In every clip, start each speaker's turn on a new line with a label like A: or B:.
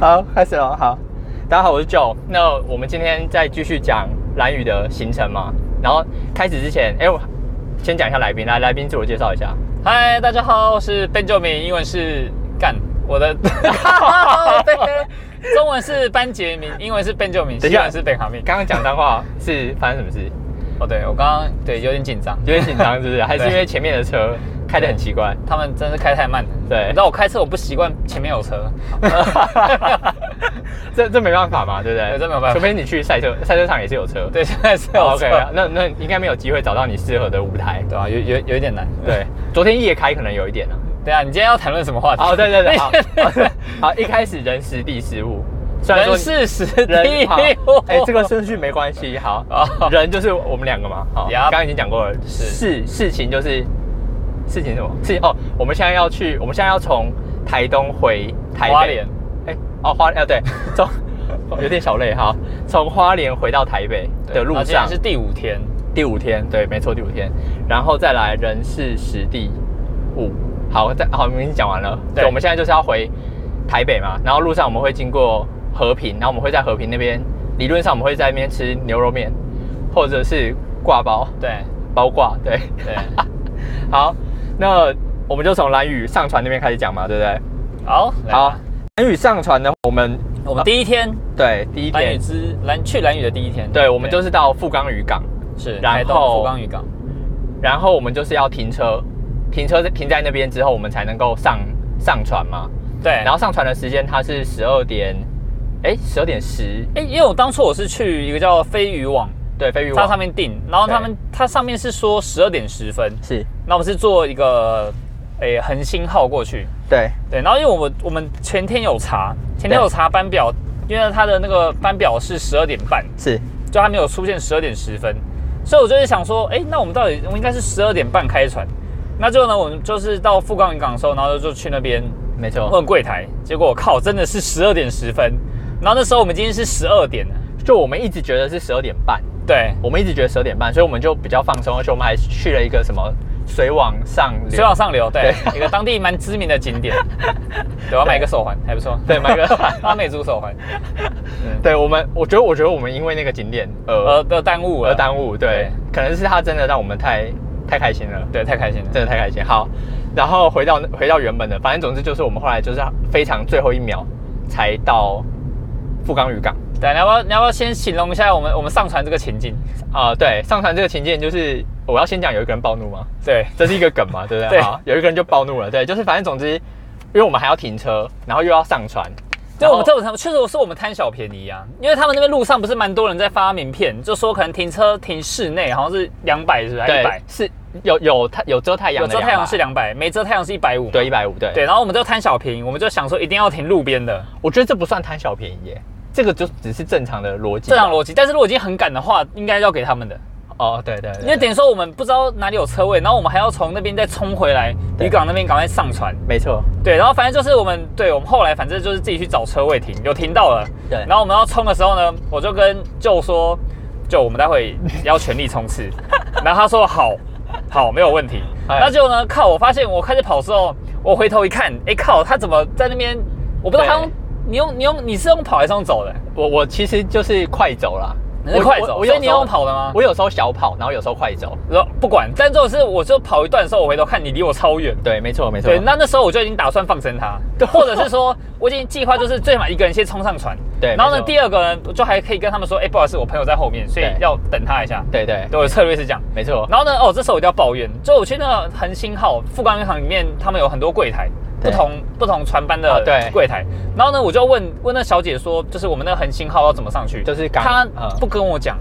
A: 好，开始了。好，大家好，我是 Joe。那我们今天再继续讲蓝宇的行程嘛。然后开始之前，哎、我先讲一下来宾，来，来宾自我介绍一下。
B: 嗨，大家好，我是 Benjamin，英文是干，我的中文是班杰明，英文是 Benjamin，
A: 等一
B: 西
A: 下
B: 文是 Benjamin。
A: 刚刚讲脏话是发生什么事？
B: 哦，对我刚刚对有点紧张，
A: 有点紧张是不是？还是因为前面的车开得很奇怪？
B: 他们真是开太慢了。
A: 对
B: 你知道我开车我不习惯前面有 车，
A: 这这没办法嘛，对不对？
B: 对这没有办法
A: 除非你去赛车赛车场也是有车。
B: 对，现在是
A: 好
B: 有车
A: ，OK，那那应该没有机会找到你适合的舞台。
B: 对啊，有有有一点难。
A: 对， 昨天夜开可能有一点啊。
B: 对啊，你今天要谈论什么话题？
A: 好，对对对， 好，好对好，一开始人时地失物，虽然说
B: 人事实地
A: 人好，
B: 物。
A: 哎，这个顺序没关系，好
B: 哦，
A: 人就是我们两个嘛，好，
B: Yup
A: 刚刚已经讲过了，事事情就是事情是什么？事情哦，我们现在要去，我们现在要从台东回台北
B: 花莲，
A: 哎，哦花莲，啊对，从 哦有点小累，好，从花莲回到台北
B: 对
A: 的路
B: 然后今
A: 上
B: 天是第五天，
A: 第五天，对，没错，第五天，然后再来人事实地五。好，再好，我们已经讲完了。
B: 对
A: 对，我们现在就是要回台北嘛，然后路上我们会经过和平，然后我们会在和平那边，理论上我们会在那边吃牛肉面，或者是挂包
B: 对
A: 包挂，对。
B: 对，
A: 好，那我们就从蓝宇上船那边开始讲嘛，对不对？
B: 好来
A: 好，蓝宇上船呢，我们
B: 我们第一天
A: 对第一
B: 蓝屿
A: 天，
B: 之蓝去蓝屿的第一天，
A: 对，我们就是到富冈渔港，
B: 是
A: 然
B: 台东
A: 后
B: 福冈渔港，
A: 然后我们就是要停车，停车停在那边之后，我们才能够上上船嘛。
B: 对，
A: 然后上船的时间它是十二点，哎，十二点十，
B: 哎、因为我当初我是去一个叫飞鱼网，
A: 对，飞鱼
B: 它上
A: 网
B: 面订，然后他们它上面是说十二点十分，
A: 是，
B: 那我们是坐一个诶恒星号过去，
A: 对，
B: 对，然后因为我们我们前天有查，前天有查班表，因为它的那个班表是十二点半，
A: 是，
B: 就它没有出现十二点十分，所以我就是想说，哎、那我们到底我们应该是十二点半开船，那最后呢，我们就是到富冈渔港的时候，然后就去那边
A: 没错。
B: 问柜台，结果我靠，真的是十二点十分，然后那时候我们今天是十二点了。
A: 就我们一直觉得是十二点半，
B: 对，
A: 我们一直觉得十二点半，所以我们就比较放松，而且我们还去了一个什么水往上流，
B: 水往上流，对，一个当地蛮知名的景点。对，我要买一个手环，还不错。
A: 对买一个
B: 阿美族手环，
A: 对我们，我觉得，我觉得我们因为那个景点，
B: 呃
A: 呃，
B: 的耽误了，
A: 而耽误，对，可能是他真的让我们太太开心了。
B: 对，太开心了。
A: 真的太开心。好，然后回到回到原本的，反正总之就是我们后来就是非常最后一秒才到富冈渔港。
B: 对，你要不要你要不要先形容一下我们我们上船这个情境？
A: 啊、对，上船这个情境就是我要先讲有一个人暴怒吗？
B: 对，
A: 这是一个梗嘛，对不对？
B: 对
A: 好，有一个人就暴怒了，对，就是反正总之，因为我们还要停车，然后又要上船，
B: 对，
A: 然后
B: 我们特别确实是我们贪小便宜啊，因为他们那边路上不是蛮多人在发名片，就说可能停车停室内好像是两百是吧？一
A: 对
B: 百，，
A: 是有有太有遮太阳
B: 有
A: 的，
B: 遮太阳是，两百，没遮太阳是一百五。
A: 对，一百五，对，
B: 对，然后我们就贪小便宜，我们就想说一定要停路边的，
A: 我觉得这不算贪小便宜耶，这个就只是正常的逻辑吧，
B: 正常逻辑。但是如果已经很赶的话，应该要给他们的。
A: 哦，对对对，
B: 因为等于说我们不知道哪里有车位，然后我们还要从那边再冲回来
A: 对
B: 渔港那边赶快上船。
A: 没错，
B: 对，然后反正就是我们，对我们后来反正就是自己去找车位停，有停到了。
A: 对
B: 然后我们要冲的时候呢，我就跟舅说，舅我们待会要全力冲刺。 然后他说好，好没有问题。
A: 哎
B: 那就呢，靠，我发现我开始跑之后，我回头一看，哎靠，他怎么在那边？我不知道他用
A: 对
B: 你用你用你是用跑还是用走的？
A: 我我其实就是快走啦，
B: 你是快走，所以你
A: 时候
B: 用跑的吗？
A: 我有时候小跑，然后有时候快走。
B: 然后不管，但就是我就跑一段的时候，我回头看你离我超远。
A: 对，没错，没错。
B: 对，那那时候我就已经打算放生他，或者是说我已经计划就是最起码一个人先冲上船，
A: 对
B: 然后
A: 没
B: 呢，
A: 错
B: 第二个呢，我就还可以跟他们说，哎、不好意思，我朋友在后面，所以
A: 对
B: 要等他一下。
A: 对对，
B: 对，我的策略是这样。
A: 没错。
B: 然后呢，哦，这时候我一定要抱怨，就我去那个恒星号富冈银行里面，他们有很多柜台，不
A: 对
B: 同不同船班
A: 啊
B: 的
A: 对
B: 柜台。然后呢，我就问问那小姐说，就是我们那个恒星号要怎么上去？
A: 就是港
B: 她
A: 呃
B: 不跟我讲，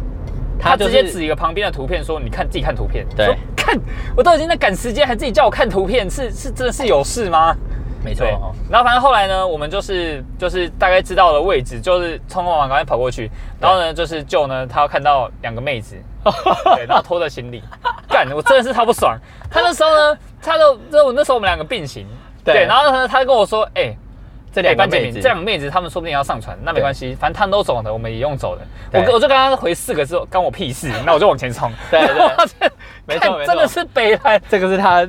A: 她
B: 她
A: 就
B: 直
A: 是
B: 接指一个旁边的图片说，你看自己看图片。
A: 对
B: 说，看我都已经在赶时间，还自己叫我看图片，是是真的是有事吗？
A: 没哦
B: 对，然后反正后来呢，我们就是就是大概知道了位置，就是匆匆忙忙赶快跑过去，然后呢，就是舅呢，他看到两 个妹子，对，然后拖着行李，干，我真的是超不爽。他那时候呢，他就就我那时候我们两个并行，
A: 对
B: 对，然后呢，他就跟我说，哎、
A: 这两个
B: 班姐
A: 妹
B: 妹，
A: 子
B: 这两个妹子她们说不定也要上船，那没
A: 对
B: 关系，反正他们都走了，我们也用走了。我
A: 对
B: 我就刚刚回四个字，干我屁事， 那我就往前冲。
A: 对对
B: 然后 这
A: 没错
B: 看
A: 没错
B: 真的是北兰。
A: 这个是他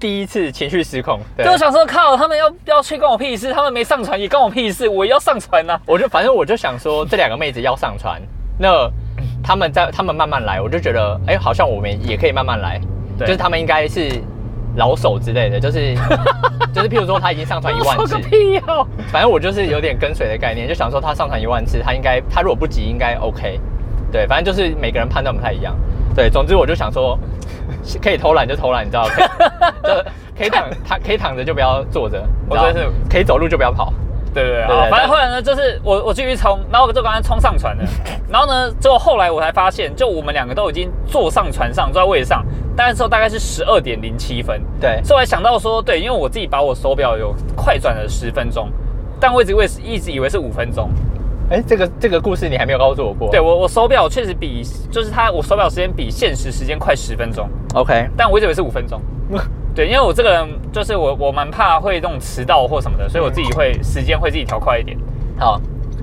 A: 第一次情绪失控。对
B: 就，想说靠，他们要要去关我屁事，他们没上船也关我屁事，我也要上船啊呐、
A: 我就反正我就想说，这两个妹子要上船，那他们在他们慢慢来，我就觉得，哎、好像我们也可以慢慢来，
B: 对
A: 就是他们应该是老手之类的，就是 就是譬如说他已经上船一万
B: 我
A: 次
B: 哦说个，屁哟、
A: 反正我就是有点跟随的概念，就想说他上船一万次，他应该他如果不急应该 OK，对，反正就是每个人判断不太一样，对，总之我就想说 可以偷懒就偷懒，你知道，可以就 可以躺躺可以躺着就不要坐着，你知道
B: 我真是
A: 可以走路就不要跑，
B: 对对对，
A: 对
B: 好
A: 对
B: 反正
A: 但
B: 后来呢，就是我我继续冲，然后我就刚才冲 上船了，然后呢，就后来我才发现，就我们两个都已经坐上船上，坐在位置上，但是时候大概是十二点零七分，
A: 对。
B: 所以我还想到说，对，因为我自己把我手表有快转了十分钟，但我一直为一直以为是五分钟，
A: 哎，这个这个故事你还没有告诉我过。
B: 对我我手表确实比就是它我手表时间比现实时间快十分钟，
A: ，OK，
B: 但我一直以为是五分 钟。对，因为我这个人就是我，我蛮怕会那种迟到或什么的，所以我自己会时间会自己调快一点。
A: 好。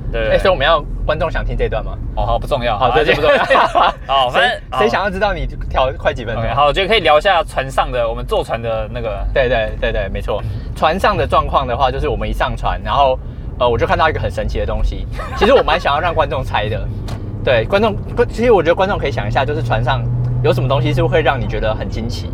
B: 对对
A: 哎，
B: 对
A: 所以我们要观众想听这段吗？
B: 哦，好，不重要。。
A: 好，这就不重要
B: 好，反正
A: 谁谁想要知道你调快几分
B: 好
A: 钟？
B: ？OK，好，我觉得可以聊一下船上的我们坐船的那个。
A: 对对对对，没错。
B: 嗯
A: 船上的状况的话，就是我们一上船，然后呃，我就看到一个很神奇的东西。其实我蛮想要让观众猜的，对观众，观其实我觉得观众可以想一下，就是船上有什么东西是会让你觉得很惊奇？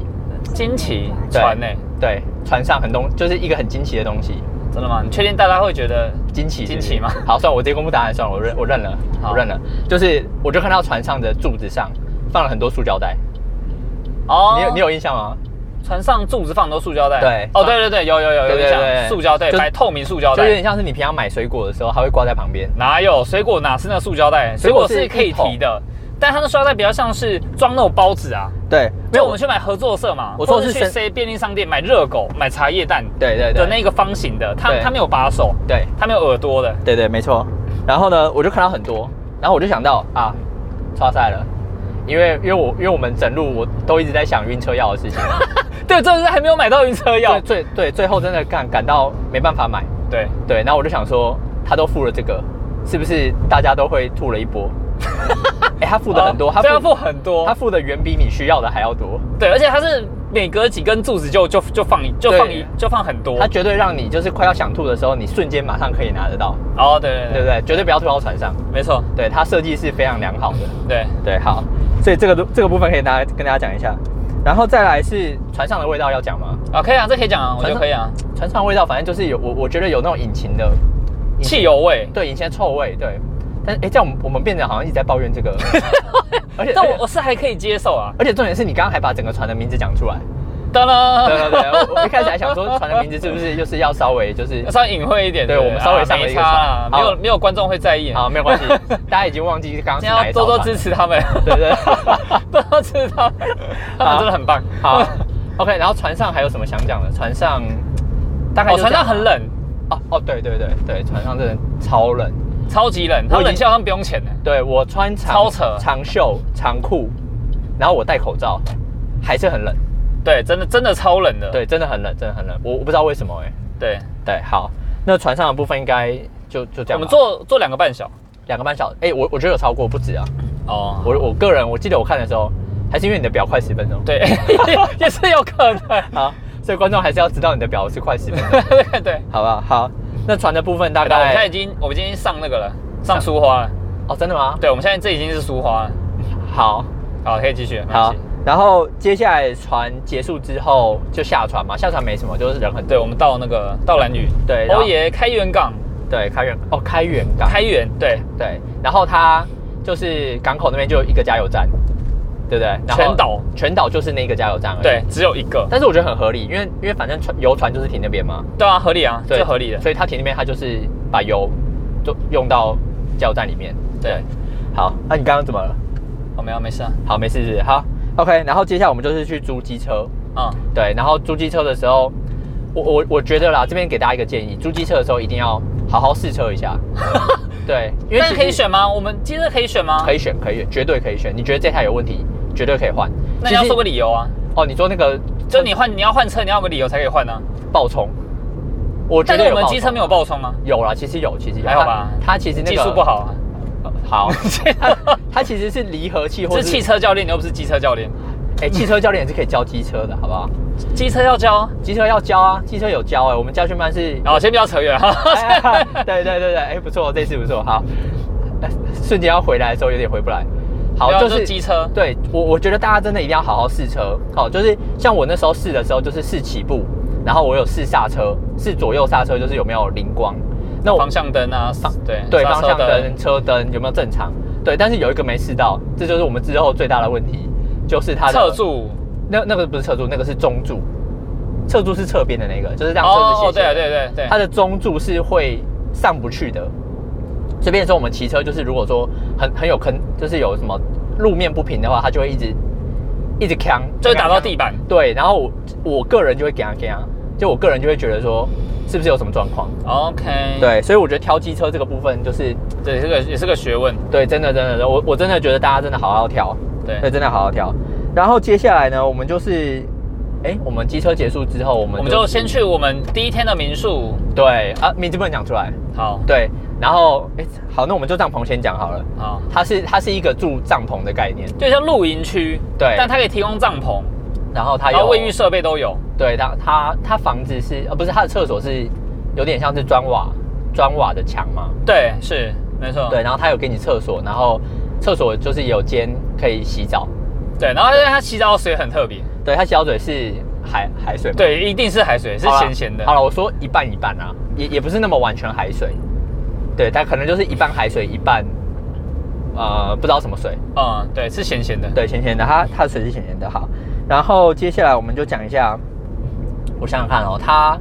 B: 惊奇
A: 对
B: 船呢、
A: 对，船上很东就是一个很惊奇的东西，
B: 真的吗？你确定大家会觉得
A: 惊奇是不是
B: 惊奇吗
A: 好，算了，我直接公布答案算了，我认我认了，
B: 好
A: 我认了。就是我就看到船上的柱子上放了很多塑胶袋，
B: 哦？
A: 你有你有印象吗？
B: 船上柱子放很多塑胶袋？
A: 对
B: 哦，对对对，有有有有
A: 对对
B: 印
A: 对
B: 象，
A: 对
B: 塑胶袋，
A: 就
B: 白透明塑胶
A: 就有
B: 袋
A: 点。像是你平常买水果的时候，它会挂在旁边。
B: 哪有水果哪是那塑胶袋？水
A: 水
B: 果
A: 果是
B: 是可以
A: 一桶
B: 提的，但它的塑胶袋比较像是装那种包子啊。
A: 对，
B: 没有，我们去买合作社嘛，
A: 我说的
B: 或
A: 是
B: 者去
A: 生
B: C 便利商店买热狗、买茶叶蛋
A: 对对
B: 的
A: 对，
B: 那个方形的，它
A: 对
B: 它没有把手，
A: 对
B: 它没有耳朵的，
A: 对对，没错。然后呢，我就看到很多，然后我就想到啊，刷赛了，因为因为我因为我们整路我都一直在想晕车药的事情，
B: 对，这是还没有买到晕车药
A: 最，最对最后真的感感到没办法买，
B: 对，
A: 对，然后我就想说，他都付了这个，是不是大家都会吐了一波？哎、他付的很多，
B: 哦
A: 他
B: 这样
A: 付
B: 付很
A: 他
B: 多，
A: 付的远比你需要的还要多，
B: 对，而且它是每隔几根柱子就就就放一就
A: 对
B: 放一就放很多
A: 他，绝对让你就是快要想吐的时候，你瞬间马上可以拿得到，
B: 哦，对对
A: 对
B: 对
A: 不对？绝对不要吐到船上，
B: 没错，
A: 对，它设计是非常良好的。
B: 对，
A: 对，好，所以这个这个部分可以大家跟大家讲一下，然后再来是船上的味道要讲吗？哦
B: 啊，可以啊，这可以讲啊，我
A: 船
B: 觉得
A: 上
B: 可以啊，
A: 船上的味道反正就是有我我觉得有那种引擎的引
B: 汽油味，
A: 对引擎的臭味，对。但哎、嗯诶这样我们我们变得好像一直在抱怨这 个，而且
B: 但
A: 而
B: 我
A: 且
B: 我是还可以接受啊，
A: 而且重点是你刚刚还把整个船的名字讲出 来，
B: 当然，
A: 对对对，我我一开始还想说船的名字是不是就是要稍微就是
B: 要稍微隐晦一点，
A: 对我们稍微上了一个
B: 啊没差啊
A: 船
B: 没有
A: 好
B: 没有观众会在意啊，
A: 好没有关系，大家已经忘记刚刚是
B: 今天
A: 哪
B: 要
A: 一
B: 多
A: 艘
B: 多
A: 船
B: 支持他们，
A: 对对
B: 多多支持 他们，他们真的很棒。
A: 好，OK，然后船上还有什么想讲的？船上大概
B: 哦，
A: 就这
B: 船
A: 样
B: 上很冷，
A: 哦哦，对对对对，船上真的超冷。
B: 超级冷，他
A: 我已经
B: 冷气好像不用钱呢。
A: 对我穿长
B: 超扯
A: 长袖长裤，然后我戴口罩，还是很冷。
B: 对，真的真的超冷的。
A: 对，真的很冷，真的很冷。我我不知道为什么哎、
B: 对，
A: 对，好，那船上的部分应该就就这样吧。啊
B: 我们坐坐两个半小
A: 两个半小时，哎、我我觉得有超过不止啊。
B: 哦，
A: 我我个人我记得我看的时候，还是因为你的表快十分钟。
B: 对， 也是有可能。
A: 好，所以观众还是要知道你的表是快十分钟，
B: 对，
A: 好不好？好，那船的部分大
B: 好的，我们现在已
A: 概
B: 经我们今天上那个了，上苏花了。
A: 哦，真的吗？
B: 对，我们现在这已经是苏花了。
A: 好，
B: 好，可以继续。没关
A: 好
B: 系。，
A: 然后接下来船结束之后就下船嘛，下船没什么，就是人很
B: 对，
A: 多。
B: 我们到那个到兰屿，
A: 对然
B: 欧
A: 后
B: 爷开元港，
A: 对，开远哦，开远港，
B: 开元对，
A: 对，然后它就是港口那边就有一个加油站，对不对？然后
B: 全岛
A: 全岛就是那一个加油站而已。
B: 对，，只有一个。
A: 但是我觉得很合理，因为因为反正船油船就是停那边嘛，
B: 对啊，合理啊，
A: 对
B: 最合理的。
A: 所以它停那边，它就是把油就用到加油站里面。
B: 对，
A: 好，
B: 啊
A: 那、你刚刚怎么了？
B: 我没有没事啊。
A: 好，没事，是不是好，OK。然后接下来我们就是去租机车，
B: 嗯，
A: 对，然后租机车的时候，我我我觉得啦，这边给大家一个建议，租机车的时候一定要好好试车一 下。对，因为
B: 但
A: 其实
B: 是可以选吗？我们今天可以选吗？
A: 可
B: 以。
A: 以选，可以选，绝对可以选。你觉得这台有问题，绝对可以换。
B: 那你要
A: 其实
B: 说个理由啊，
A: 哦，你说那个
B: 就你换你要换车，你要有个理由才可以换呢、
A: 爆冲，我觉
B: 啊但
A: 得
B: 是我们
A: 爆
B: 机车
A: 冲
B: 没有爆冲吗？
A: 有啦，其实有，其实有
B: 还好吧
A: 它它其实那个
B: 技术不好啊，
A: 呃， 好，它它其实是离合器或
B: 是
A: 是
B: 汽，车教练，你又不是机车教练，
A: 哎、汽车教练也是可以教机车的，好不好？
B: 机车要教。
A: 机车要教啊，机车有教哎、我们家训班是
B: 然后先不要扯远 哈。
A: 哎哎哎 对对对对，哎、不错，这次不错，好。哎瞬间要回来的时候有点回不来，好，
B: 没有
A: 就是
B: 啊就机车
A: 对我我觉得大家真的一定要好好试车，好，就是像我那时候试的时候，就是试起步，然后我有试刹车，试左右刹车，就是有没有灵光。那我
B: 方向灯啊，对
A: 对
B: 刹
A: 哦方
B: 车
A: 向灯、车灯有没有正常？对，但是有一个没试到，这就是我们之后最大的问题，就是它的
B: 侧柱。
A: 那那个不是侧柱，那个是中柱，侧柱是侧边的那个，就是让车子斜
B: 哦
A: 斜，
B: 对
A: 的。
B: 对对对，
A: 它的中柱是会上不去的。这边说我们骑车就是如果说很很有坑，就是有什么路面不平的话，它就会一直一直扛，
B: 就会
A: 扛
B: 打到
A: 扛
B: 地板。
A: 对，然后我我个人就会给它给它，就我个人就会觉得说是不是有什么状况？
B: OK，
A: 对，所以我觉得挑机车这个部分就是
B: 对，这个也是个学问。
A: 对，真的真的，我我真的觉得大家真的好好挑，
B: 对
A: 对，真的好好挑。然后接下来呢，我们就是，哎，我们机车结束之后，我们
B: 我们就先去我们第一天的民宿。
A: 对啊，名字不能讲出来，
B: 好，
A: 对，然后哎，好，那我们就帐篷先讲好了。
B: 好，
A: 它是它是一个住帐篷的概念，
B: 就像露营区，
A: 对
B: 但它可以提供帐篷，
A: 然后它
B: 然后
A: 有
B: 卫浴，设备都有。
A: 对它它它房子是呃不是它的厕所是有点像是砖瓦砖瓦的墙嘛，
B: 对，是没错。
A: 对，然后它有给你厕所，然后厕所就是也有间可以洗澡，
B: 对，然后它洗澡水很特别，
A: 对，它洗澡水是海海水嘛，
B: 对，一定是海水，是
A: 好啦
B: 咸咸的。
A: 好了，我说一半一半啊，也也不是那么完全海水，对，它可能就是一半海水一半，呃，不知道什么水，
B: 嗯，对，是咸咸的。
A: 对，咸咸的，它它的水是咸咸的好。然后接下来我们就讲一下，我想想看哦，它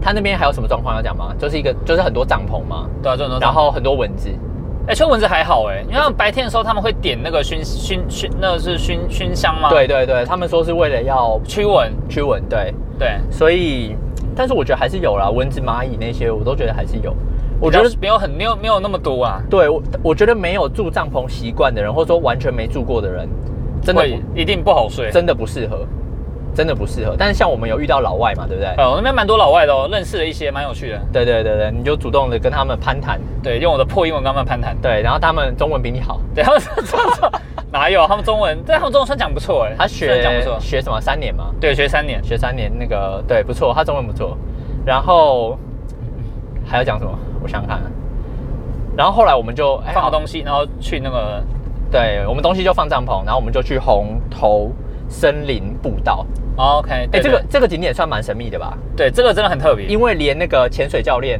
A: 它那边还有什么状况要讲吗？就是一个就是很多帐篷嘛，
B: 对啊，就很多帐
A: 然
B: 篷
A: 后很多蚊子，
B: 哎、秋蚊子还好哎、因为他们白天的时候他们会点那个熏熏熏，那个是熏熏香吗？，
A: 对对对，他们说是为了要
B: 驱蚊。
A: 驱蚊，对，
B: 对，
A: 所以但是我觉得还是有啦，蚊子、蚂蚁那些我都觉得还是有，我
B: 我
A: 觉
B: 觉
A: 得
B: 得没有很没有没有那么多啊，
A: 对我，我觉得没有住帐篷习惯的人，或者说完全没住过的人，真的
B: 会一定不好睡
A: 不。真的不适合，真的不适合。但是像我们有遇到老外嘛，对不对？
B: 呃，我那边蛮多老外的哦，认识了一些，蛮有趣的。
A: 对对对对，你就主动的跟他们攀谈，
B: 对，用我的破英文跟他们攀谈。
A: 对，然后他们中文比你好，
B: 对，他们哪有？他们中文，但他们中文算讲不错哎、
A: 他
B: 算
A: 学
B: 讲不错。
A: 学什么三年嘛，
B: 对，学三年。
A: 学三年那个对不错，他中文不错。然后还要讲什么？我想想看啊。然后后来我们就哎
B: 放好
A: 好
B: 东西，然后去那个
A: 对我们东西就放帐篷，然后我们就去红头森林步道。
B: 哦 OK，
A: 哎，
B: 对
A: 这个这个景点算蛮神秘的吧？
B: 对对这个真的很特别，
A: 因为连那个潜水教练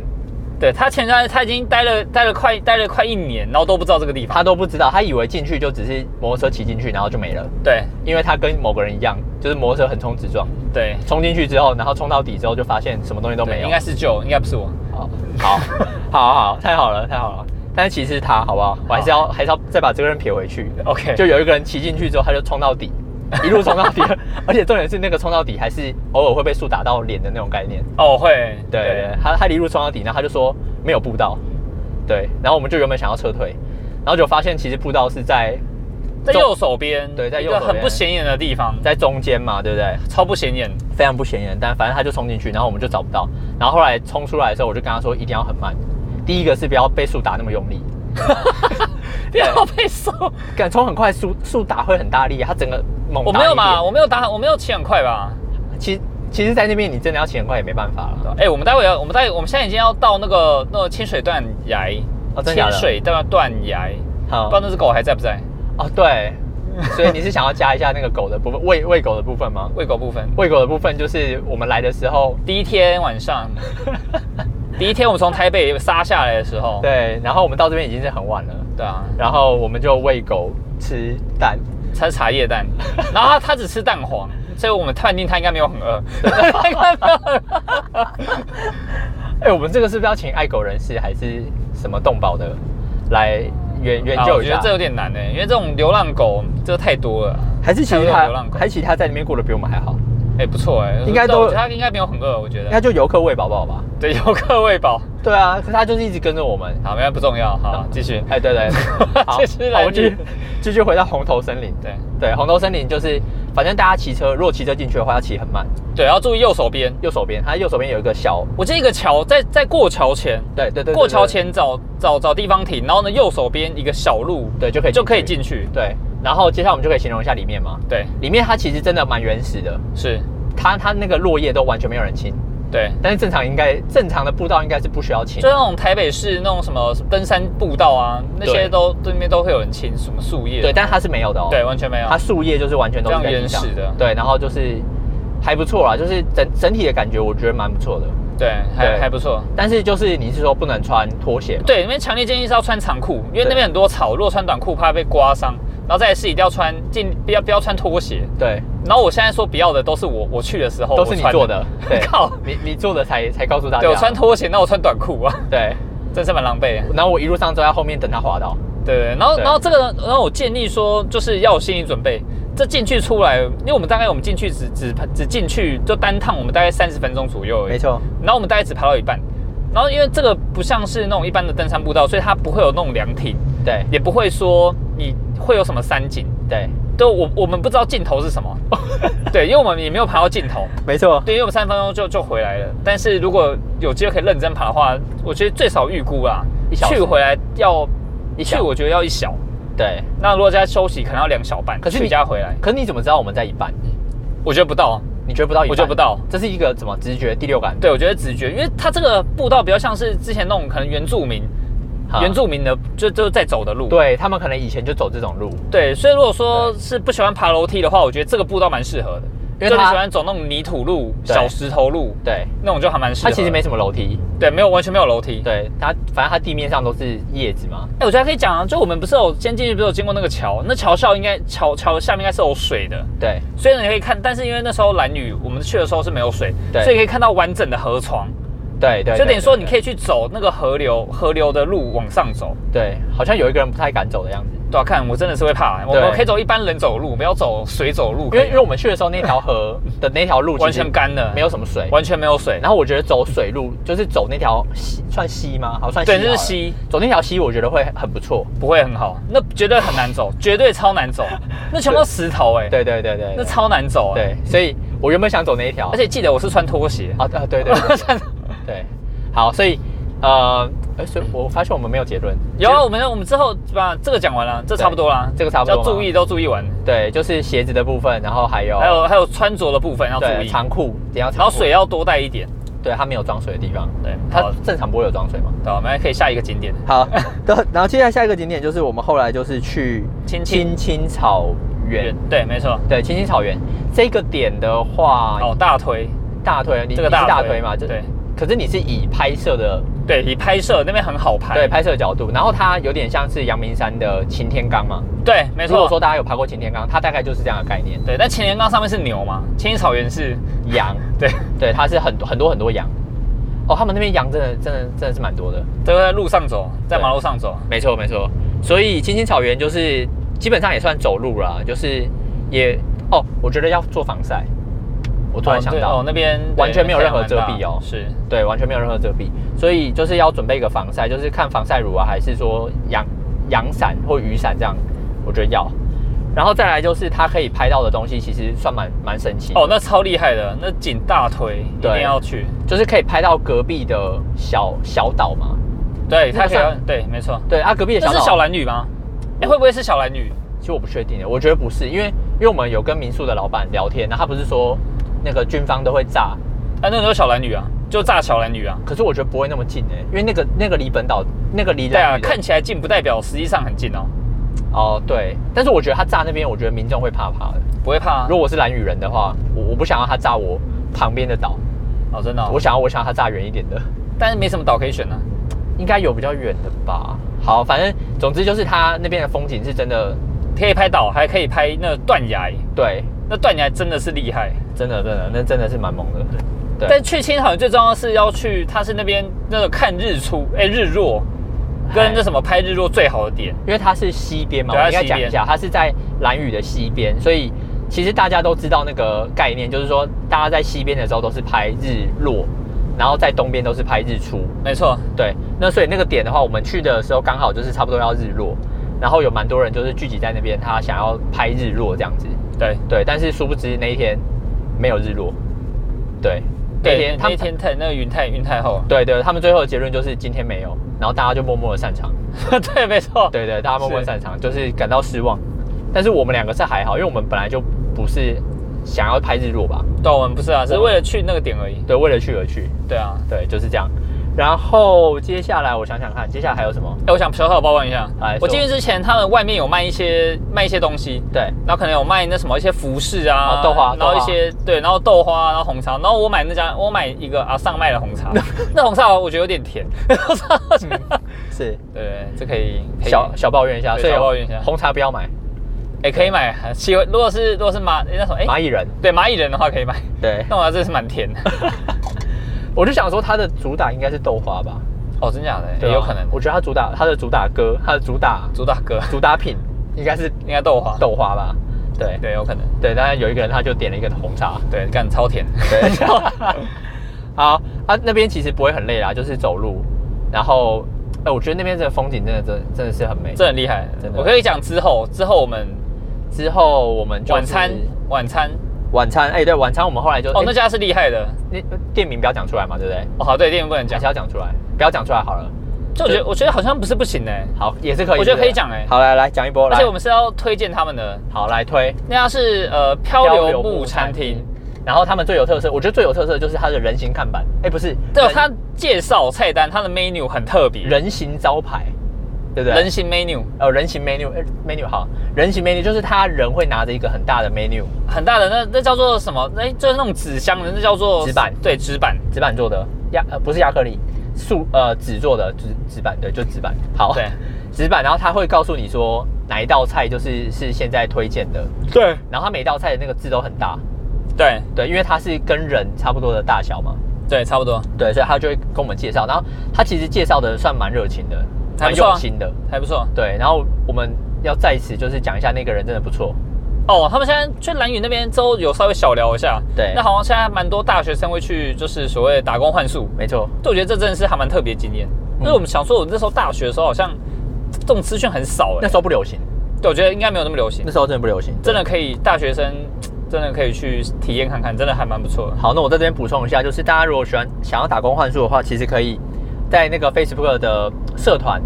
B: 对他前段他已经待了待了快待了快一年，然后都不知道这个地方。
A: 他都不知道，他以为进去就只是摩托车骑进去，然后就没了。
B: 对
A: 因为他跟某个人一样，就是摩托车横冲直撞，
B: 对，
A: 冲进去之后，然后冲到底之后就发现什么东西都
B: 对
A: 没有。
B: 应该是就应该不是我。
A: 好，好， 好，好，太好了，太好了。但是其实他好不好？我还是要还是要再把这个人撇回去。
B: OK
A: 就有一个人骑进去之后，他就冲到 底，一路冲到底，而且重点是那个冲到底还是偶尔会被树打到脸的那种概念。
B: 哦，会，
A: 对，他他一路冲到底，然后他就说没有步道，对，然后我们就原本想要撤退，然后就发现其实步道是在
B: 在右手边，
A: 对在
B: 一
A: 右
B: 个
A: 手边
B: 很不显眼的地方，
A: 在中间嘛，对不对？
B: 超不显眼。
A: 非常不显眼，但反正他就冲进去，然后我们就找不到，然后后来冲出来的时候，我就跟他说一定要很慢，第一个是不要被树打那么用力，
B: 不要被收，
A: 敢冲很快，树树打会很大力，他整个猛打
B: 我没有
A: 你一
B: 吧？
A: 点？
B: 我没有打，我没有骑很快吧？
A: 其实其实，在那边你真的要骑很快也没办法了，
B: 哎、我们待会要，我们待，我们现在已经要到那个那个清水断崖，
A: 哦真的哦假
B: 清
A: 的
B: 水断断崖，不
A: 好
B: 知道那只狗还在不在？
A: 哦对，所以你是想要加一下那个狗的 部分，喂喂狗的部分吗？
B: 喂狗部分，
A: 喂狗的部分就是我们来的时候，
B: 第一天晚 上，第一天我们从台北杀下来的时候，
A: 对，然后我们到这边已经是很晚了，
B: 对啊，
A: 然后我们就喂狗吃蛋，
B: 它是茶叶蛋，然后它它只吃蛋黄，所以我们判定它应该没有 很饿，它应该没有很饿。
A: 哎、我们这个是不是要请爱狗人士还是什么动保的来援援
B: 啊
A: 救
B: 我
A: 一
B: 觉得
A: 下
B: 这？有点难呢，因为这种流浪狗这太多了。
A: 还是其
B: 台
A: 实
B: 湾有流
A: 他
B: 浪，狗
A: 还是其实他在那边过得比我们还好？
B: 哎、不错哎、
A: 应该
B: 但我
A: 都
B: 觉得他应该没有很饿，我觉
A: 应
B: 得
A: 该。就游客喂饱饱吧？
B: 对，游客喂饱。
A: 对啊，可是他就是一直跟着我们。
B: 好，没有不重要，好
A: 好，
B: 继续。
A: 哎，对 对，好，
B: 这是
A: 好我
B: 蓝
A: 们继
B: 绿
A: 续继续回到红头森林。
B: 对
A: 对，红头森林就是，反正大家骑车，如果骑车进去的话，要骑很慢。
B: 对，要注意右手边。
A: 右手边，它右手边有一个小，
B: 我记得一个桥，在在过桥前，
A: 对对对，对
B: 过桥，前找找找地方停，然后呢右手边一个小路，
A: 对对，就可以
B: 就可
A: 哎
B: 以
A: 去。
B: 进去。
A: 对，然后接下来我们就可以形容一下里面嘛。
B: 对，
A: 里面它其实真的蛮原始的，
B: 是，
A: 它它那个落叶都完全没有人清，
B: 对，
A: 但是正常应该正常的步道应该是不需要清
B: 就。那种台北市那种什么登山步道啊，那些
A: 对
B: 都对面都会有人清什么树叶。
A: 对，但是它是没有的哦。
B: 对，完全没有。
A: 它树叶就是完全都是在地上
B: 这样原始的
A: 对，然后就是还不错啦，就是整整体的感觉我觉得蛮不错的。
B: 对，还
A: 对
B: 还不错。
A: 但是就是你是说不能穿拖鞋嘛？
B: 对，那边强烈建议是要穿长裤，因为
A: 对
B: 那边很多草，如果穿短裤怕被刮伤。然后再来是一定要穿，尽不要不要穿拖鞋。
A: 对，
B: 然后我现在说不要的都是我我去的时候
A: 都是你
B: 哦我穿，
A: 做的。对 啊
B: 靠，
A: 你你做的才才告诉大家。
B: 对我穿拖鞋，那我穿短裤啊，
A: 对，
B: 真是蛮狼狈的。
A: 然后我一路上都在后面等他滑倒。
B: 对对，然后
A: 对
B: 然后这个呢，然后我建议说，就是要有心理准备。这进去出来，因为我们大概我们进去只只只进去就单趟，我们大概三十分钟左右而已。
A: 没错，
B: 然后我们大概只爬到一半，然后因为这个不像是那种一般的登山步道，所以它不会有那种凉亭，
A: 对
B: 也不会说你会有什么山景，
A: 对，
B: 都我我们不知道尽头是 什么，对，因为我们也没有爬到尽头，
A: 没错。
B: 对，因为我们三分钟就就回来了。但是如果有机会可以认真爬的话，我觉得最少预估啊，
A: 一小时
B: 去回来要
A: 一小
B: 去我觉得要一小，
A: 对，
B: 那如果在家休息可能要两小半，
A: 可是
B: 去
A: 你
B: 家回来，
A: 可是你怎么知道我们在一半？
B: 我觉得不到，
A: 你觉得不到一半？
B: 我觉得不到，
A: 这是一个怎么直觉第六感？
B: 对我觉得直觉，因为它这个步道比较像是之前那种可能原住民。
A: 哈
B: 原住民的就就在走的路。
A: 对他们可能以前就走这种路，
B: 对所以如果说是不喜欢爬楼梯的话，我觉得这个步道蛮适合的，
A: 因为
B: 就你
A: 它
B: 喜欢走那种泥土路、
A: 对
B: 小石头路
A: 对，
B: 那种就还蛮适合
A: 它
B: 的。
A: 其实没什么楼梯，
B: 对，没有完全没有楼梯。
A: 对，它反正它地面上都是叶子嘛，
B: 哎、我觉得还可以讲啊，就我们不是有先进去，不是有经过那个桥，那桥下应该桥桥下面应该是有水的，
A: 对
B: 所以呢你可以看，但是因为那时候蓝雨，我们去的时候是没有水，
A: 对
B: 所以可以看到完整的河床，
A: 对对，
B: 就等于说你
A: 以
B: 可以去走那个河流河流的路往上走。
A: 对，好像有一个人不太敢走的样子，
B: 对啊，看我真的是会怕、欸我
A: 对
B: 们可以走一般人走路，不要走水走路，
A: 因为
B: 可以
A: 因为我们去的时候那条河的那条路其实
B: 完全干的，
A: 没有什么水，
B: 完全没有水。
A: 然后我觉得走水路就是走那条溪，算溪吗？好，算溪
B: 对，那
A: 好
B: 是
A: 了，
B: 溪，
A: 走那条溪我觉得会很不错，
B: 不会很好，那绝对很难走，绝对超难走，那全部都石头哎、
A: 对对对对，
B: 那超难走哎、
A: 对，所以我原本想走那一条，
B: 而且记得我是穿拖鞋，
A: 啊啊对对对 对，好，所以呃，哎，所以我发现我们没有结论，
B: 有啊，我们我们之后把这个讲完了，这差不多啦，
A: 这个差不多
B: 要注意都注意完，
A: 对，就是鞋子的部分，然后还有
B: 还有还有穿着的部分要注
A: 对
B: 意，
A: 长裤，等一下长裤
B: 然后水，要多带一点，
A: 对，它没有装水的地方，
B: 对，
A: 它
B: 好，
A: 正常不会有装水嘛。
B: 对，我们还可以下一个景点，
A: 好，然后接下来下一个景点就是我们后来就是去
B: 青
A: 青
B: 青
A: 青草原，
B: 对，没错，
A: 对，青青草原这个点的话，
B: 哦，大腿，
A: 大腿，你
B: 这
A: 你
B: 个
A: 是
B: 大
A: 大
B: 腿
A: 腿嘛？这
B: 对。
A: 可是你是以拍摄的
B: 对，以拍摄那边很好拍，
A: 对拍摄的角度，然后它有点像是阳明山的擎天岗嘛。
B: 对，没
A: 如果
B: 错，
A: 说大家有爬过擎天岗，它大概就是这样的概念。
B: 对，但擎天岗上面是牛嘛，青青草原是，
A: 羊，
B: 对，
A: 对，它是很多很多很多羊。哦，他们那边羊真的真的真的是蛮多的。
B: 都在路上走，在
A: 对
B: 马路上走，
A: 没错没错，所以青青草原就是基本上也算走路啦，就是也哦，我觉得要做防晒。我突然想
B: 哦对
A: 到，
B: 哦那边
A: 完全没有任何遮
B: 对
A: 蔽
B: 太阳
A: 哦
B: 蛮大是，
A: 对，完全没有任何遮蔽，所以就是要准备一个防晒，就是看防晒乳啊，还是说阳阳伞或雨伞这样，我觉得要。然后再来就是它可以拍到的东西，其实算蛮蛮神奇的
B: 哦，那超厉害的，那景大推一定
A: 对
B: 要去，
A: 就是可以拍到隔壁的小小岛嘛。
B: 对，
A: 那
B: 它
A: 个
B: 可以要
A: 算
B: 对，没错，
A: 对啊，隔壁的小
B: 那是
A: 岛，
B: 小蓝雨吗？哎，会不会是小蓝雨？
A: 其实我不确定耶，我觉得不是，因为因为我们有跟民宿的老板聊天，然后他不是说那个军方都会炸，
B: 啊，那个就是小蓝雨啊，就炸小蓝雨啊。
A: 可是我觉得不会那么近哎，因为那个那个离本岛那个离
B: 对啊，
A: 兰屿的
B: 看起来近不代表实际上很近哦，
A: 哦对，但是我觉得他炸那边，我觉得民众会怕怕的。
B: 不会怕啊
A: 如果我是蓝屿人的话，我我不想要他炸我旁边的岛，
B: 哦，真的哦。
A: 我想要我想要他炸远一点的，
B: 但是没什么岛可以选啊。
A: 应该有比较远的吧。好，反正总之就是他那边的风景是真的，
B: 可以拍岛，还可以拍那断崖，
A: 对，
B: 那断崖真的是厉害。
A: 真的真的那真的是蛮猛的。对，
B: 但去青岛最重要的是要去，它是那边那个看日出，哎，日落，跟
A: 嗨
B: 那什么拍日落最好的点。
A: 因为它是西边嘛，
B: 对
A: 我
B: 它
A: 应该
B: 西
A: 讲一
B: 边
A: 下，它是在蓝屿的西边，所以其实大家都知道那个概念，就是说大家在西边的时候都是拍日落，然后在东边都是拍日出。
B: 没错，
A: 对，那所以那个点的话，我们去的时候刚好就是差不多要日落，然后有蛮多人就是聚集在那边，他想要拍日落这样子。
B: 对
A: 对，但是殊不知那一天没有日落。对，那
B: 对，
A: 天他
B: 那
A: 们
B: 天太那个云太云
A: ，
B: 太厚
A: 对对，他们最后的结论就是今天没有，然后大家就默默的散场。
B: 对，没错，
A: 对对，大家默默
B: 是
A: 散场，就是感到失望。但是我们两个是还好，因为我们本来就不是想要拍日落吧，
B: 对，我们不是啊，是
A: 我们
B: 为了去那个点而已。
A: 对，为了去而去，
B: 对啊，
A: 对，就是这样。然后接下来我想想看，接下来还有什么？
B: 哎，我想小小抱怨一下
A: 来，
B: 我
A: 哎说
B: 进去之前，他们外面有卖一些卖一些东西，
A: 对，
B: 然后可能有卖那什么一些服饰
A: 哦
B: 啊，
A: 豆花
B: 然后
A: 豆
B: 一
A: 花
B: 些对，然后豆花，啊然后红茶，然后我买那家，我买一个阿尚卖的红 茶，那红茶我觉得有点甜，
A: 是
B: 对，这可以可以
A: 嗯小小抱怨一下，
B: 对
A: 所以
B: 小抱怨一下
A: 红茶不要买，
B: 哎可以买，喜欢如果是如果是蚂那什么哎
A: 蚂蚁人。
B: 对蚂蚁人的话可以买，
A: 对，
B: 那我真的是 蛮甜的，
A: 我就想说它的主打应该是豆花吧，
B: 哦，真假的
A: 对
B: 也
A: 啊
B: 有可能，
A: 我觉得它主打它的主打歌，它的主打
B: 主打歌
A: 主打品应该是
B: 应该豆花，
A: 豆花吧？对
B: 对，有可能，
A: 对，当然有一个人他就点了一个红茶，
B: 对，干超甜，
A: 对，好啊，那边其实不会很累啦，就是走路，然后，哎、我觉得那边的风景真的真真的是很美。
B: 这很厉害，
A: 真的
B: 我可以讲之后之后我们
A: 之后我们就是
B: 晚餐晚餐
A: 晚餐，哎、对，晚餐我们后来就
B: 哦
A: 哎
B: 那家是厉害的，
A: 那店名不要讲出来嘛，对不对？
B: 哦好对，店员不能
A: 还
B: 讲
A: 是，要讲出来，不要讲出来好了。
B: 就我觉得我觉得好像不是不行哎。
A: 好，也是可以，
B: 我觉
A: 对
B: 得
A: 不对
B: 可以讲哎
A: 好，来来讲一波，
B: 而
A: 来，
B: 且我们是要推荐他们的，
A: 好来推
B: 那家是呃漂流木餐厅，。
A: 然后他们最有特色，我觉得最有特色就是它的人形看板，哎、不是，
B: 对，
A: 人
B: 他介绍菜单，它的 menu 很特别，
A: 人形招牌，对不对？
B: 人形 menu
A: 呃，人形 menu 呃 menu 好，人形 menu 就是他人会拿着一个很大的 menu
B: 很大的，那那叫做什么？哎，就是那种纸箱的，那叫做
A: 纸板
B: 对，纸板，
A: 纸板做的亚呃不是亚克力，塑呃纸做的纸纸板对，就纸板好
B: 对
A: 纸板，然后他会告诉你说哪一道菜就是是现在推荐的，
B: 对
A: 然后他每道菜的那个字都很大，
B: 对
A: 对，因为它是跟人差不多的大小嘛，
B: 对，差不多，
A: 对，所以他就会跟我们介绍，然后他其实介绍的算蛮热情的，
B: 还
A: 蛮
B: 不错啊
A: 用心的，
B: 还不错。
A: 对，然后我们要在此就是讲一下那个人真的不错，
B: 哦，他们现在去蓝屿那边之后有稍微小聊一下，
A: 对
B: 那好像现在蛮多大学生会去，就是所谓打工换宿，
A: 没错，
B: 对，我觉得这真的是还蛮特别的经验，
A: 嗯
B: 因为我们想说，我那时候大学的时候好像这种资讯很少
A: 那
B: 哎，
A: 时候不流行，
B: 对，我觉得应该没有那么流行
A: 那。时候真的不流行，
B: 真的可以，大学生真的可以去体验看看，真的还蛮不错的。
A: 好，那我在这边补充一下，就是大家如果喜欢想要打工换宿的话，其实可以在那个 Facebook 的社团，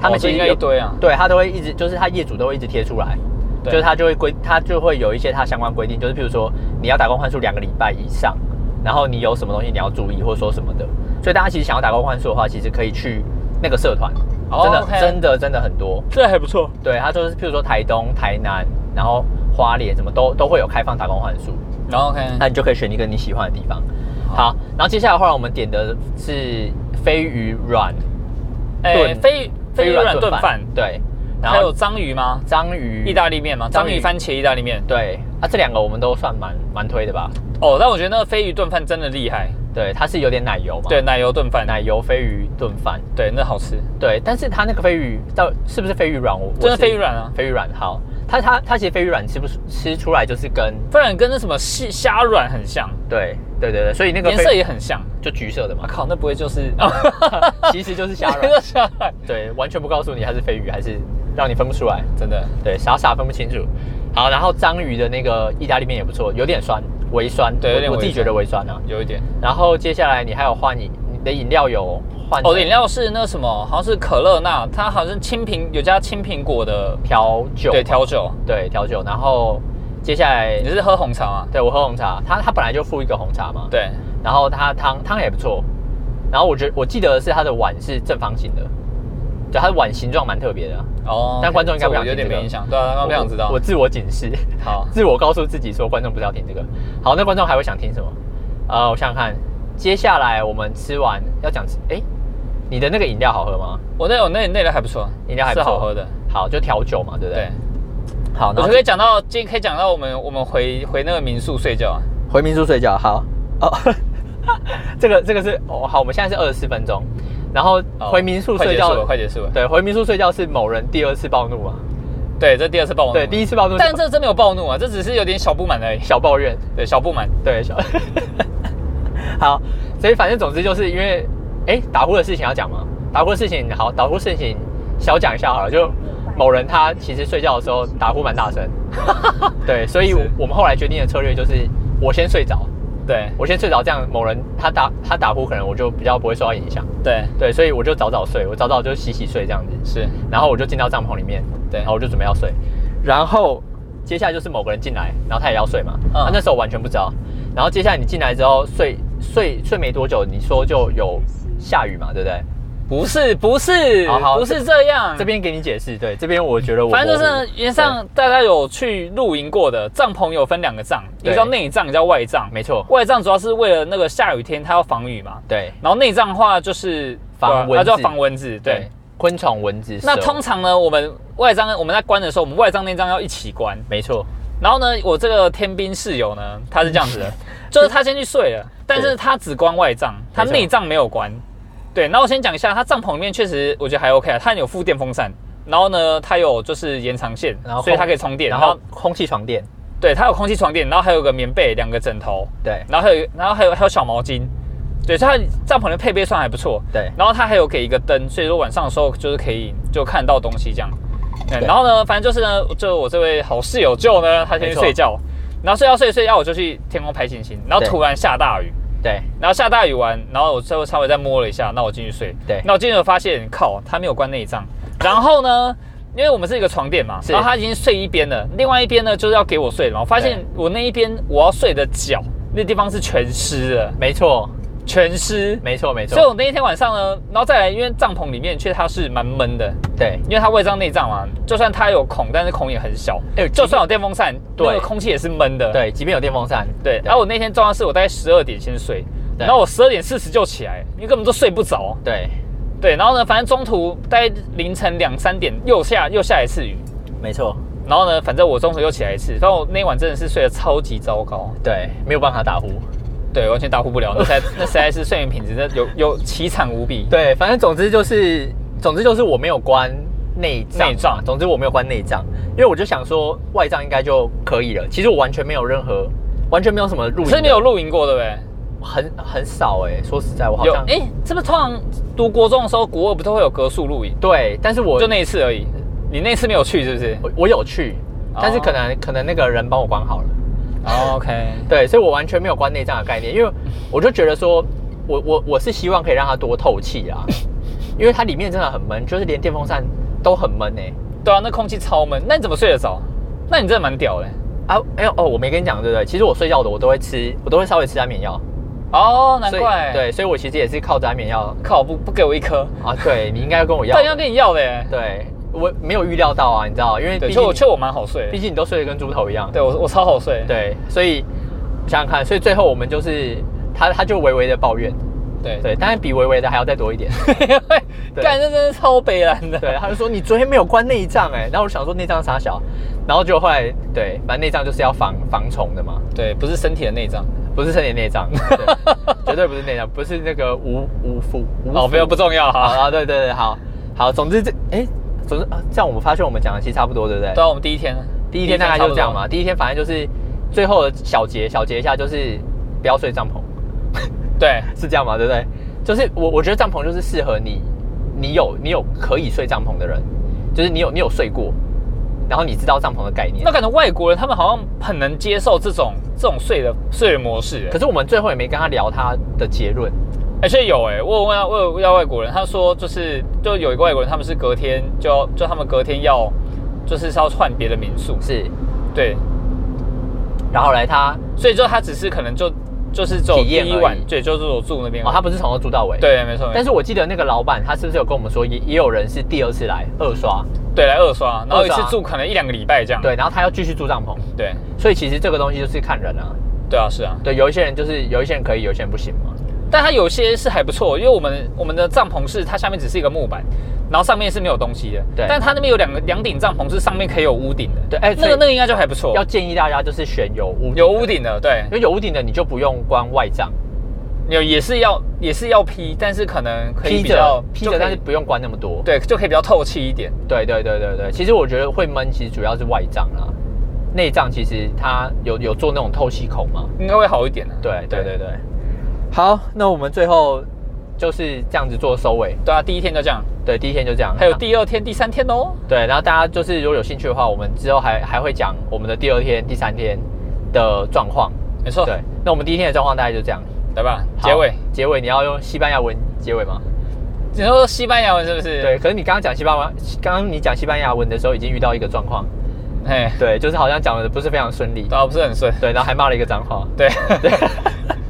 A: 他们
B: 哦
A: 其
B: 这
A: 实
B: 应该
A: 有
B: 一堆啊
A: 对他都会一直，就是他业主都会一直贴出来，
B: 对
A: 就是他就会规，他就会有一些他相关规定，就是譬如说你要打工换宿两个礼拜以上，然后你有什么东西你要注意或者说什么的，所以大家其实想要打工换宿的话，其实可以去那个社团，
B: 哦
A: 真的、
B: OK
A: 真的真的很多，
B: 这还不错。
A: 对，他就是譬如说台东、台南，然后花莲什么都都会有开放打工换宿，
B: 然后 OK，
A: 那你就可以选一个你喜欢的地方。好，然后接下来的话，我们点的是飞鱼软
B: 哎，
A: 炖
B: 飞飞鱼软炖饭，
A: 对，然
B: 还有
A: 后
B: 章鱼吗？
A: 章鱼
B: 意大利面吗？
A: 章
B: 章
A: 鱼
B: 鱼番茄意大利面。
A: 对啊，这两个我们都算蛮蛮推的吧？
B: 哦，但我觉得那个飞鱼炖饭真的厉害，
A: 对，它是有点奶油嘛，
B: 对，，奶油炖饭，
A: 奶油飞鱼炖饭，
B: 对，那好吃，
A: 对，但是它那个飞鱼到是不是飞鱼软？我
B: 真的
A: 我是
B: 飞鱼软啊。
A: 飞鱼软好，它它它其实飞鱼软吃不出吃出来就是跟
B: 不然跟那什么虾虾软很像，
A: 对对对对，所以那个
B: 颜色
A: 飞
B: 也很像。
A: 就橘色的
B: 我
A: 嘛，
B: 靠，那不会就是
A: 其实就是 虾
B: 那
A: 软
B: 个，虾软？
A: 对，完全不告诉你它是飞鱼还是让你分不出来。
B: 真的，
A: 对，傻傻分不清楚。好，然后章鱼的那个意大利面也不错，有点酸，微酸，
B: 对有点
A: 我我自己
B: 微酸
A: 觉得微酸啊。
B: 有一点。
A: 然后接下来你还有换饮，你的饮料有换
B: 哦，饮料是那什么，好像是可乐那，它好像是青苹有加青苹果的
A: 调酒，
B: 对，调酒。
A: 对调酒，然后接下来
B: 你是喝红茶吗？
A: 对我喝红茶，它它本来就附一个红茶嘛，，
B: 对，
A: 然后它汤汤也不错，然后我觉得我记得是它的碗是正方形的，对，它的碗形状蛮特别的啊，
B: 哦
A: 但观众应该不
B: 这
A: 想
B: 我有
A: 听
B: 点
A: 这个
B: 没印象，对啊，观众不想知道
A: 我我。自我警示。
B: 好，
A: 自我告诉自己说，观众不是要听这个。好，那观众还会想听什么？呃，我想想看，接下来我们吃完要讲吃，哎、你的那个饮料好喝吗？
B: 我那我那那个还不错，
A: 饮料还不
B: 是
A: 错
B: 好喝的。
A: 好，就调酒嘛，对不对
B: 对？，
A: 好，
B: 我
A: 然
B: 就
A: 后
B: 可以讲到，今天可以讲到我们我们回回那个民宿睡觉啊。
A: 回民宿睡觉。好，哦， 这个这个是哦，好，我们现在是二十四分钟，然后
B: 哦
A: 回民宿
B: 快
A: 睡
B: 结
A: 觉，
B: 束了，快结束了。
A: 对，回民宿睡觉是某人第二次暴怒嘛？
B: 对，这第二次暴怒。
A: 对，第一次暴怒，
B: 但这真没有暴怒啊，这只是有点小不满而已。
A: 小抱怨，
B: 对，小不满。
A: 对，小好，所以反正总之就是因为，哎，打呼的事情要讲吗？打呼的事情，好，打呼事情小讲一下好了，就某人他其实睡觉的时候打呼蛮大声，对，所以
B: 是
A: 我们后来决定的策略就是我先睡着，
B: 对
A: 我先睡着，这样某人他打他打呼，可能我就比较不会受到影响，
B: 对
A: 对，所以我就早早睡，我早早就洗洗睡这样子，
B: 是，
A: 然后我就进到帐篷里面，
B: 对
A: 然后我就准备要睡，然后接下来就是某个人进来，然后他也要睡嘛，
B: 嗯
A: 他那时候完全不知道，然后接下来你进来之后睡睡睡没多久，你说就有下雨嘛，对不对？
B: 不是不是
A: 好好
B: 不是这样。
A: 这边给你解释，对，这边我觉得我
B: 反正就
A: 模
B: 是
A: 糊
B: 原上大家有去露营过的，帐篷有分两个帐，一
A: 对
B: 个叫内帐，一个叫外帐。
A: 没错，
B: 外帐主要是为了那个下雨天它要防雨嘛，
A: 对
B: 然后内帐的话就是
A: 防
B: 对啊
A: 蚊子
B: 它就要防蚊子。对，，
A: 昆虫、蚊子，
B: 那
A: 蛇
B: 通常呢，我们外帐我们在关的时候，我们外帐内帐要一起关。
A: 没错，
B: 然后呢，我这个天兵室友呢，他是这样子 的，就是他先去睡了，但是他只关外帐，他内帐没有关。对，然后我先讲一下，他帐篷里面确实我觉得还 OK 啊，他有附电风扇，然后呢，它有就是延长线，
A: 然后
B: 所以它可以充电，
A: 然
B: 然
A: 后
B: 后
A: 空气床垫，
B: 对，它有空气床垫，然后还有个棉被、两个枕头，
A: 对
B: 然后还有然后还有还有小毛巾，对，所以它帐篷的配备算还不错。
A: 对
B: 然后它还有给一个灯，所以说晚上的时候就是可以就看到东西这样。对，
A: 对
B: 然后呢，反正就是呢，就我这位好室友舅呢，他先
A: 没
B: 去
A: 错
B: 睡觉，然后睡觉睡一睡觉，我就去天空拍星星，然后
A: 对
B: 突然下大雨，
A: 对
B: 然后下大雨完，然后我最后稍微再摸了一下，那我进去睡。
A: 对
B: 那我进去发现，靠，他没有关内帐。然后呢， 因为我们是一个床垫嘛，
A: 是
B: 然后他已经睡一边了，另外一边呢就是要给我睡嘛。我发现
A: 对
B: 我那一边我要睡的脚那地方是全湿的，
A: 没错，
B: 全湿。
A: 没错，没
B: 所以
A: 错，
B: 我那一天晚上呢，然后再来，因为帐篷里面其实它是蛮闷的，
A: 对
B: 因为它外帐内帐嘛，就算它有孔，但是孔也很小。
A: 哎
B: 就算有电风扇，
A: 对
B: 那个空气也是闷的。
A: 对，即便有电风扇，
B: 对，然后我那天状况是我大概十二点先睡，
A: 对
B: 然后我十二点四十就起来，因为根本都睡不着。
A: 对，
B: 对，然后呢，反正中途大概凌晨两三点又下又下一次雨，
A: 没错，
B: 然后呢，反正我中途又起来一次，反正我那一晚真的是睡得超级糟糕，
A: 对，没有办法打呼。
B: 对，完全打呼不了，那才那实在是睡眠品质那有有凄惨无 比。
A: 对，反正总之就是，总之就是我没有关内帐嘛，
B: 内帐
A: 总之我没有关内帐，因为我就想说外帐应该就可以了。其实我完全没有任何，完全没有什么录
B: 可
A: 影，
B: 是没有，露营过，对不对？
A: 很很少哎、说实在，我好
B: 有，
A: 像
B: 哎、是不是通常读国中的时候，国二不都会有格数露营？
A: 对，但是我
B: 就那一次而已，你那次没有去是不是？
A: 我我有去，但是
B: 哦
A: 可能、可能那个人帮我关好了。
B: 哦，OK，
A: 对，所以我完全没有关内脏的概念，因为我就觉得说，我我我是希望可以让它多透气 啊，因为它里面真的很闷，就是连电风扇都很闷哎、
B: 对啊，那空气超闷，那你怎么睡得着？那你真的蛮屌嘞、
A: 啊，哎呦哦，我没跟你讲对不对？其实我睡觉的我都会吃，我都会稍微吃安眠药，
B: 哦，难
A: 所以
B: 怪，，
A: 对，所以我其实也是靠着安眠药
B: 靠，不不给我一颗，
A: 啊。对你应该要跟我要
B: 但，要跟你要的、欸。
A: 对我没有预料到啊，你知道，因为
B: 对，
A: 毕
B: 就
A: 竟
B: 我
A: 你
B: 就我蛮好睡
A: 毕
B: 的，
A: 竟你都睡得跟猪头一样，
B: 对我我超好睡，
A: 对，所以想想看，所以最后我们就是他他就微微的抱怨，
B: 对
A: 对，当然比微微的还要再多一点。对
B: 干这真的超北蓝的，
A: 对，他就说你昨天没有关内脏哎，然后我想说内脏傻小，然后就后来对，反正内脏就是要防防虫的嘛，
B: 对，不是身体的内脏，
A: 不是身体内脏， 对绝对不是内脏，不是那个无无腐无
B: 哦，
A: 腐
B: 没有不重要
A: 好
B: 哈。
A: 啊，对对对，好好，总之这哎，总之啊，这样我们发现我们讲的其实差不多，对不对？
B: 对啊，我们第一天，
A: 第一天大概就这样嘛，
B: 差
A: 第一天反正就是最后的小结小结一下，就是不要睡帐篷，
B: 不多，对
A: 是这样嘛，对不对？就是我我觉得帐篷就是适合你，你有你有可以睡帐篷的人，就是你有你有睡过，然后你知道帐篷的概念
B: 那。感觉外国人他们好像很能接受这种这种睡的睡的模式，
A: 可是我们最后也没跟他聊他的结论，
B: 而且有哎，我有问到我有问到外国人，他说就是就有一个外国人，他们是隔天就要就他们隔天要就是是要换别的民宿，
A: 是，
B: 对，
A: 然后来他
B: 所以就他只是可能就就是只有
A: 体
B: 第
A: 验
B: 一
A: 而已
B: 晚，对，就是我住那边
A: 哦，，他不是从头住到尾，。
B: 对，没错，没错
A: 但是我记得那个老板他是不是有跟我们说，也也有人是第二次来二刷，
B: 对，来二刷，然后一
A: 二
B: 次
A: 刷
B: 住可能一两个礼拜这样。
A: 对，然后他要继续住帐篷，
B: 对
A: 所以其实这个东西就是看人啊，
B: 对啊，是啊，
A: 对，有一些人就是有一些人可以，有一些人不行嘛，
B: 但它有些是还不错，因为我们我们的帐篷是它下面只是一个木板，然后上面是没有东西的。
A: 对
B: 但它那边有两个两顶帐篷是上面可以有屋顶的。
A: 对哎所
B: 那
A: 以
B: 个那个应该就还不错
A: 要，建议大家就是选有屋顶的
B: 有屋，顶的，对
A: 因为有屋顶的你就不用关外帐，
B: 有也是要也是要披，但是可能可以
A: 披
B: 比
A: 着
B: 较
A: 披
B: 就可
A: 着，
B: 以
A: 但是不用关那么多。
B: 对就可以比较透气一点。
A: 对对对对对，其实我觉得会闷，其实主要是外脏啦，内脏其实它有有做那种透气孔嘛。
B: 应该会好一点的、啊
A: 对对对对。好，那我们最后就是这样子做收尾。
B: 对啊，第一天就这样，
A: 对，第一天就这样。
B: 还有第二天、第三天哦。
A: 对，然后大家就是如果有兴趣的话，我们之后还还会讲我们的第二天、第三天的状况。
B: 没错，
A: 对，那我们第一天的状况大概就这样。
B: 来吧，
A: 好
B: 哦结尾。
A: 结尾你要用西班牙文结尾吗？
B: 你说西班牙文是不是？
A: 对，，可是你刚刚讲西班牙文，刚刚你讲西班牙文的时候已经遇到一个状况，
B: 哎，
A: 对，就是好像讲的不是非常顺利，
B: 倒不是很顺。
A: 对，然后还骂了一个脏话。
B: 对，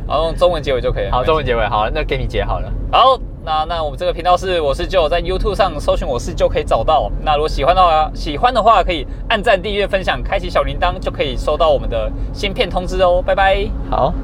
B: 然后用中文结尾就可以了。
A: 好，中文
B: 文。
A: 结尾好了，那给你结好了。
B: 好，那那我们这个频道是我是就在 YouTube 上搜寻我是就可以找到。那如果喜欢的话，喜欢的话可以按赞、订阅、分享、开启小铃铛，就可以收到我们的新片通知哦。拜拜。
A: 好。